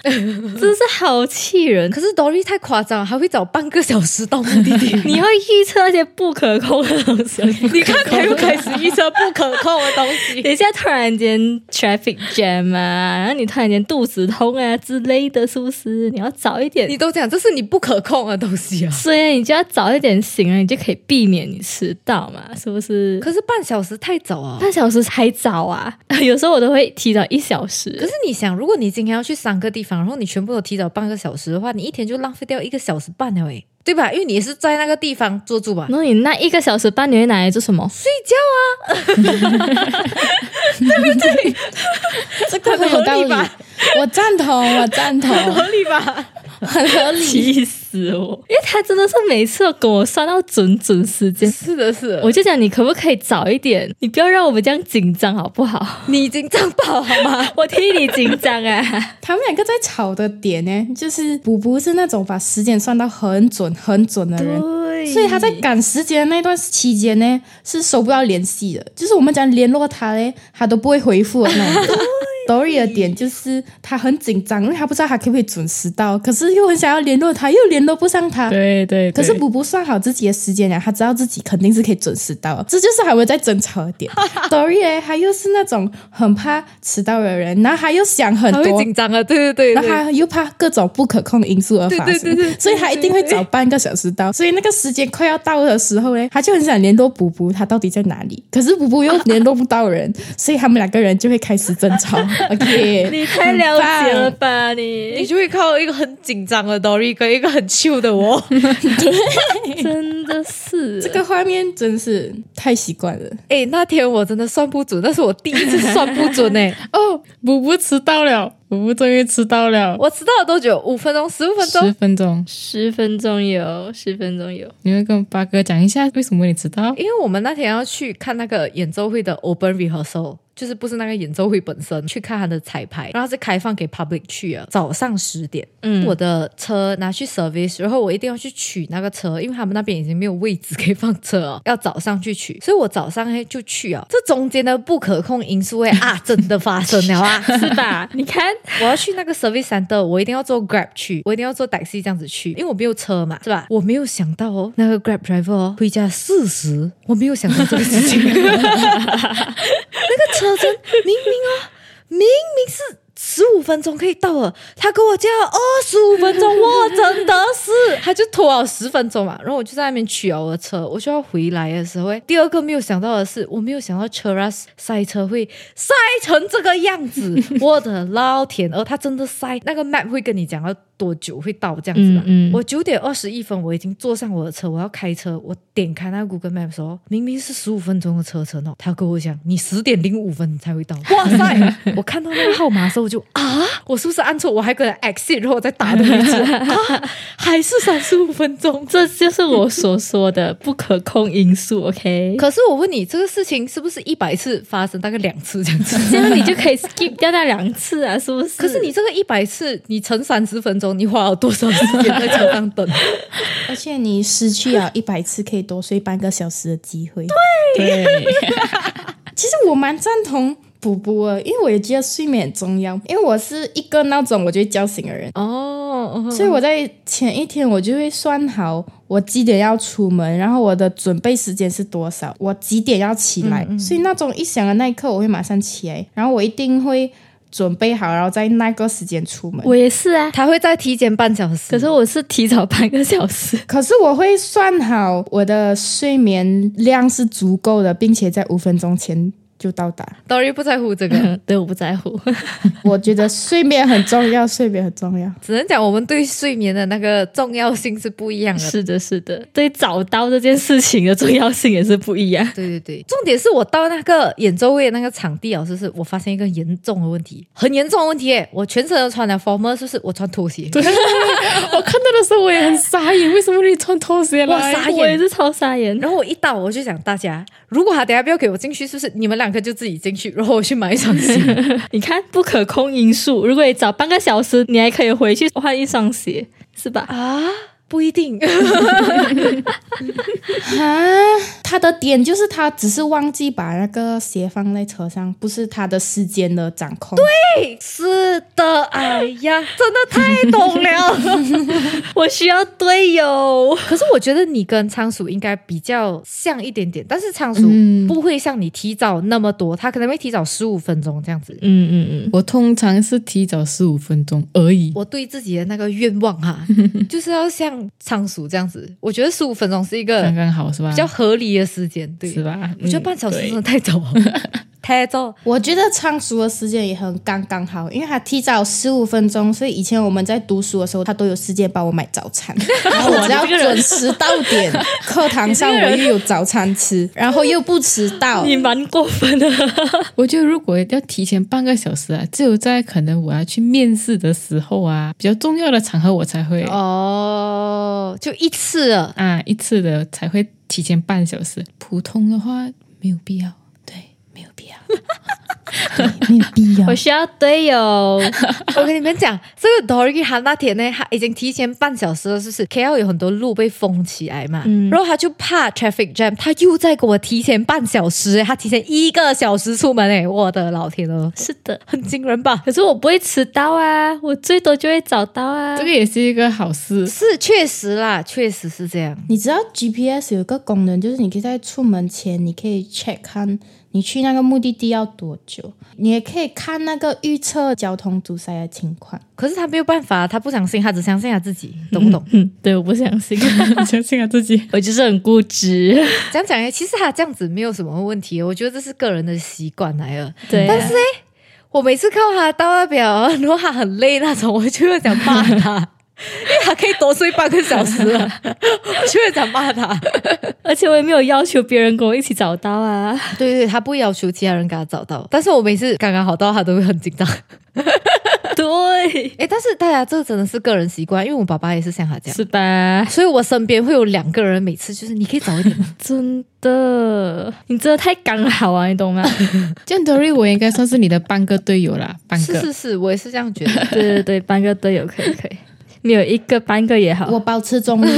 S2: 真是好气人。。
S1: 可是 Dory 太夸张了，还会找半个小时到目的地
S2: 你会预测那些不可控的东西，
S1: 你看，他又开始预测不可控的东西。
S2: 等一下突然间 traffic jam 啊，然后你突然间肚子痛啊之类的，是不是？你要早一点
S1: 你，都讲这是你不可控的东西啊！
S2: 所以你就要早一点醒了，你就可以避免你迟到嘛，是不是？
S1: 可是半小时太早啊！
S2: 半小时还早啊， 有时候我都会提早一小时。
S1: 可是你想，如果你今天要去三个地方，然后你全部都提早半个小时的话，你一天就浪费掉一个小时半了，诶，对吧？因为你是在那个地方做住 吧，
S2: 然后你那一个小时半你会拿来做什么？
S1: 睡觉啊，
S3: 这个很有道
S1: 合理
S3: 理
S1: 吧，
S3: 我赞同，我赞同，
S1: 合理吧？
S3: 很合理。
S2: 气死我！因为他真的是每次都跟我算到准准时间，
S1: 是的，是的，
S2: 我就讲你可不可以早一点？你不要让我们这样紧张好不好？
S1: 你已经胀 爆好吗？
S2: 我替你紧张啊！
S3: 他们两个在吵的点呢，就是补补是那种把时间算到很准、很准的人，
S2: 对
S3: 所以他在赶时间的那段期间呢，是收不到联系的。就是我们讲联络他嘞，他都不会回复的那种。Dory 的点就是他很紧张，因为他不知道他可不可以准时到，可是又很想要联络他，又联络不上他。
S4: 对对对。
S3: 可是补补算好自己的时间啊了，他知道自己肯定是可以准时到的，这就是他们在争吵的点。Dory 嘞，他又是那种很怕迟到的人，然后他又想很
S1: 他会
S3: 多，
S1: 紧张啊，对对对
S3: 然后
S1: 对。
S3: 他又怕各种不可控的因素而发生，
S1: 对对对对
S3: 所以他一定会早半个小时到。所以那个时间快要到的时候呢，他就很想联络补补，他到底在哪里？可是补补又联络不到人，所以他们两个人就会开始争 吵。OK，
S2: 你太了解了吧你？
S1: 就会看到一个很紧张的 Dory 跟一个很 chill 的 我。
S2: 真的是
S3: 这个画面真是太习惯了。
S1: 哎，那天我真的算不准，那是我第一次算不准 哎、
S4: 哦，补补迟到了，补补终于迟到了，
S1: 我迟到了多久？五分钟、十五分
S4: 十
S1: 钟？
S4: 分钟。
S2: 十分钟有，十分钟有。
S4: 你会跟八哥讲一下为什么你迟 到？
S1: 因为我们那天要去看那个演奏会的 open rehearsal，就是不是那个演奏会本身，去看他的彩排，然后是开放给 public 去啊，早上十点。
S2: 嗯
S1: 我的车拿去 service，然后我一定要去取那个车，因为他们那边已经没有位置可以放车了，要早上去取，所以我早上嘿就去啊。这中间的不可控因素哎啊，真的发生了啊！
S2: 是 吧？你看，
S1: 我要去那个 service center，我一定要坐 Grab 去，我一定要坐 taxi 这样子去，因为我没有车嘛，是吧？我没有想到哦，那个 Grab driver 哦，回家四十，我没有想到这个事情。那个车真明明哦，明明是。十五分钟可以到了，他跟我叫二十五分钟，哇，真的是，他就拖了十分钟嘛，然后我就在那边取了我的车，我就要回来的时候，诶第二个没有想到的是，我没有想到车拉塞车会塞成这个样 子，我的老天鹅，他真的塞，那个 map 会跟你讲要多久会到这样子嘛，
S2: 嗯嗯
S1: 我九点二十一分我已经坐上我的车，我要开车，我点开那个 Google Map 说明明是十五分钟的车程哦，他跟我讲你十点零五分才会到。哇塞！我看到那个号码的时候，我就啊，我是不是按错？我还跟他 exit，然后我再打的 一次，啊，还是三十五分钟。
S2: 这就是我所说的不可控因素。OK，
S1: 可是我问你，这个事情是不是一百次发生大概两次这 样子？
S2: 这样你就可以 skip 掉那两次啊，是不是？
S1: 可是你这个一百次，你乘三十分钟，钟，你花了多少时间在床上等？
S3: 而且你失去了一百次可以多睡半个小时的机会。
S1: 啊
S4: 对，
S3: 其实我蛮赞同补补的，因为我也觉得睡眠很重要。因为我是一个闹钟我就会叫醒的人，
S1: 哦，
S3: 所以我在前一天我就会算好我几点要出门，然后我的准备时间是多少，我几点要起来。所以闹钟一响的那一刻，我会马上起来，然后我一定会准备好，然后在那个时间出门。
S2: 我也是啊，
S1: 他会再提前半小时。
S2: 可是我是提早半个小时。
S3: 可是我会算好我的睡眠量是足够的，并且在五分钟前就到达。
S1: Dory 不在乎这个，
S2: 对，我不在乎。
S3: 我觉得睡眠很重要，睡眠很重要。
S1: 只能讲我们对睡眠的那个重要性是不一样的。
S2: 是的，是的，对找到这件事情的重要性也是不一样。
S1: 对对对，重点是我到那个演奏会的那个场地哦，就是我发现一个严重的问题，很严重的问题耶！我全程都穿了 formal，就是我穿拖鞋，
S4: 对，我看到的时候我也很傻眼，为什么你穿拖鞋
S1: 我
S4: 来？
S1: 傻
S2: 我也
S1: 眼。
S2: 是超傻眼。
S1: 然后我一到，我就想大家，如果他等下不要给我进去，是不是你们两个就自己进去，然后我去买一双鞋？
S2: 你看，不可控因素，如果你早半个小时，你还可以回去换一双鞋，是吧？
S1: 啊，不一定。
S3: 啊，他的点就是他只是忘记把那个鞋放在车上，不是他的时间的掌控。对，
S1: 哎是的，哎呀，真的太懂了。
S2: 我需要队友。
S1: 可是我觉得你跟仓鼠应该比较像一点点，但是仓鼠
S4: 嗯
S1: 不会像你提早那么多，它可能会提早十五分钟这样子。
S2: 嗯嗯嗯，
S4: 我通常是提早十五分钟而已。
S1: 我对自己的那个愿望哈、 就是要像仓鼠这样子。我觉得十五分钟是一个
S4: 刚刚好是吧？
S1: 比较合理的时间，对
S4: 是？吧？
S1: 我觉得
S4: 嗯
S1: 半小时
S4: 对
S1: 真的太早 了，太早。
S3: 我觉得仓鼠的时间也很刚刚好，因为他提早十五分钟，所以以前我们在读书的时候，他都有时间帮我买早餐，然后我只要准时到点，课堂上我又有早餐吃，然后又不迟到。
S2: 你蛮过分 的。
S4: 我觉得如果要提前半个小时啊，只有在可能我要去面试的时候啊，比较重要的场合我才会、
S1: 哦，就一次了。
S4: 啊一次的才会提前半小时。普通的话没有必要，
S1: 嗯
S4: 对，没有必要。
S3: 没有必要
S2: 我需要队 友。
S1: 我跟你们讲，这个 Dory 他那天呢，他已经提前半小时了，是不是？KL 有很多路被封起来嘛，
S2: 嗯
S1: 然后他就怕 traffic jam，他又在给我提前半小时，他提前一个小时出门哎，我的老天哦，
S2: 是的，
S1: 很惊人吧？
S2: 可是我不会迟到啊，我最多就会早到啊
S4: 这。个也是一个好事，
S1: 是，确实啦，确实是这样。
S3: 你知道 GPS 有一个功能，就是你可以在出门前，你可以 check 看你去那个目的地要多久，你也可以看那个预测交通阻塞的情况。
S1: 可是他没有办法，他不相信，他只相信他自己，懂不懂？
S2: 嗯，对，我不相信，
S4: 相信啊自
S1: 嗯
S4: 己。
S2: 我就是很固执。
S1: 讲讲诶，其实他这样子没有什么问题，哦我觉得这是个人的习惯来了。
S2: 对啊、
S1: 但是呢，我每次看到他到那表，然后他很累那种，我就会想骂他， 因为他可以多睡半个小时啊了，我 就会想骂他。
S2: 而且我也没有要求别人跟我一起早到啊。
S1: 对对，他不要求其他人给他找到，但是我每次刚刚好到，他都会很紧张。
S2: 对，
S1: 诶，但是大家这真的是个人习惯，因为我爸爸也是像他这样。
S2: 是吧？
S1: 所以我身边会有两个人，每次就是你可以早一点吗，
S2: 真的，你真的太刚好啊，你 懂吗？
S4: 这样 Dory 我应该算是你的半个队友啦，半
S1: 是
S4: 个。
S1: 是是，我也是这样觉 得。
S2: 对对对，半个队友可以可以，没有一个半个也好。
S3: 我保持中立，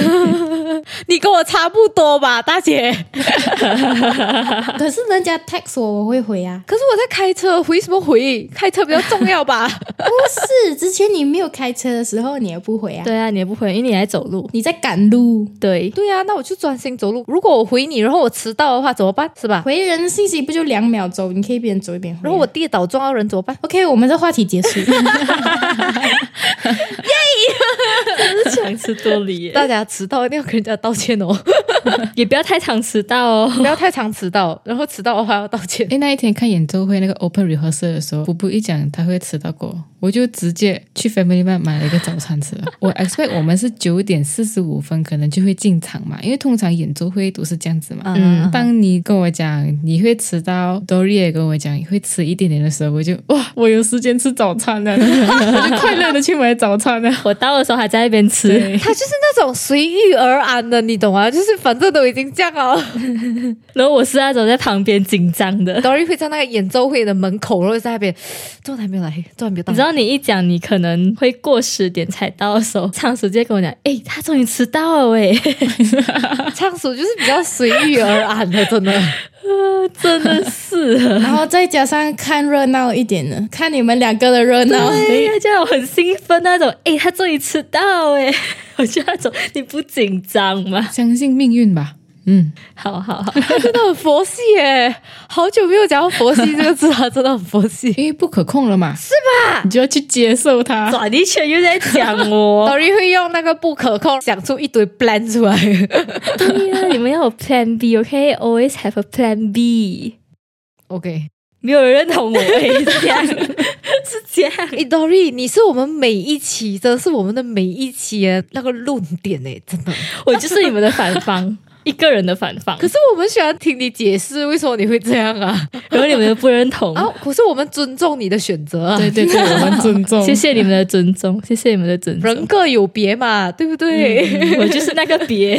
S1: 你跟我差不多吧，大姐。
S3: 可是人家 text 我，我会回啊。
S1: 可是我在开车，回什么回？开车比较重要吧？
S3: 不是，之前你没有开车的时候，你也不回啊。
S2: 对啊，你也不回，因为你还走路。
S3: 你在赶路，
S2: 对，
S1: 对呀、那我就专心走路。如果我回你，然后我迟到的话怎么办？是吧？
S3: 回人信息不就两秒钟？你可以一边走一边回啊。
S1: 然后我跌倒撞到人怎么 办？
S3: OK，我们这话题结 束。
S2: 真是强词夺 理耶，
S1: 大家迟到一定要跟人家道歉 哦，
S2: 也不要太常迟到哦。
S1: 不要太常迟到，然后迟到的话要道歉。
S4: 诶，那一天看演奏会那个 open rehearsal 的时候，布布一讲他会迟到过，我就直接去 Family Mart 买了一个早餐吃了。我 expect 我们是九点四十五分可能就会进场嘛，因为通常演奏会都是这样子嘛。
S1: 嗯
S4: 当你跟我讲你会迟到，Dory 也跟我讲会迟一点点的时候，我就哇，啊我有时间吃早餐了，我就快乐的去买早餐了。啊
S2: 我到的时候还在那边吃，
S4: 对，
S1: 他就是那种随遇而安的，你懂吗？就是反正都已经这样了。
S2: 然后我是那种在旁边紧张 的。
S1: Dory 会在那个演奏会的门口，然后在那边，昨晚还没有来，昨晚没有到。
S2: 你知道，你一讲你可能会过十点才到的时候，唱直接跟我讲：“哎、他终于迟到了 喂
S1: 唱首就是比较随遇而安的，真的。！”
S2: 真的 是，
S3: 然后再加上看热闹一点的，看你们两个的热闹。
S2: 对呀，就让我很兴奋那种。哎、他终于迟到哎！ 我就那种，你不紧张吗？
S4: 相信命运吧。嗯，
S2: 好好好，
S1: 他真的很佛系耶，好久没有讲到佛系这个字了，真 的很佛系。
S4: 因为不可控了嘛，是吧？你就要去接受它。
S2: 转一圈又在讲 我。
S1: Dory 会用那个不可控想出一堆 plan 出 来。
S2: 对呀，你们要有 Plan B，OK？Always、have a Plan B。
S1: OK，
S2: 没有人认同我，哎，是这样， 是这样。
S1: 哎、d o r y 你是我们每一期，真的是我们的每一期的那个论点哎， 真的。
S2: 我就是你们的反方，一个人的反方。
S1: 可是我们喜欢听你解释为什么你会这样 啊，
S2: 然后你们又不认 同，
S1: 啊，可是我们尊重你的选择啊。
S4: 对对对，我们尊重。
S2: 谢谢你们的尊 重，谢谢你们的尊重。
S1: 人各有别嘛，对不对？
S2: 我就是那个别，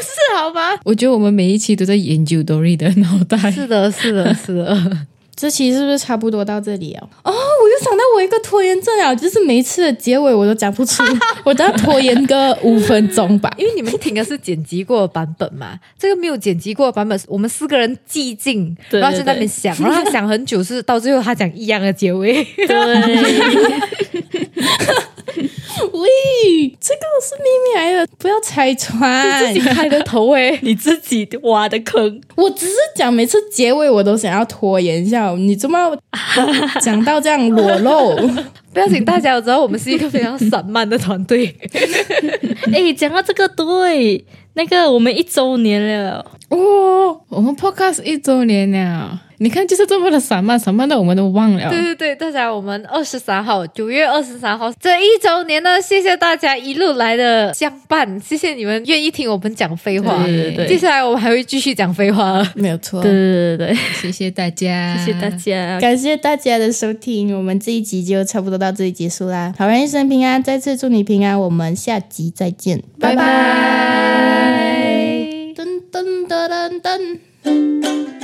S1: 是好吗？
S4: 我觉得我们每一期都在研究 Dory 的脑袋。
S2: 哎
S1: 是的，是的，是的。
S3: 这期是不是差不多到这里哦？哦，我就想到我一个拖延症啊，就是每一次的结尾我都讲不 出，我都要拖延个五分钟吧。
S1: 因为你们听的是剪辑过的版本嘛，这个没有剪辑过的版本，我们四个人寂静，
S2: 对对
S1: 然后就在那边想，然后他想很久是，到最后他讲一样的结 尾，
S2: 对，啊
S3: 喂，这个是秘密来的，不要拆穿。
S1: 开的头诶、
S2: 你自己挖的坑，
S3: 我只是讲每次结尾我都想要拖延一下，你怎么讲到这样裸 露？
S1: 不要紧，大家我知道我们是一个非常散漫的团队，
S2: 哎，讲到这个对，那个我们一周年了，
S4: 哦，我们 Podcast 一周年了，你看就是这么的散漫，散漫到我们都忘了。
S1: 对对对，大家我们二十三号，九月二十三号这一周年呢，谢谢大家一路来的相伴，谢谢你们愿意听我们讲废话，
S4: 对
S2: 对
S1: 接下来我们还会继续讲废话。
S3: 没有错
S2: 对对对对，
S4: 谢谢大家，
S2: 谢谢大。家，
S3: 感谢大家的收听，我们这一集就差不多到这里结束啦。好人一生平安，再次祝你平安，我们下集再见，拜拜。噔噔噔噔噔。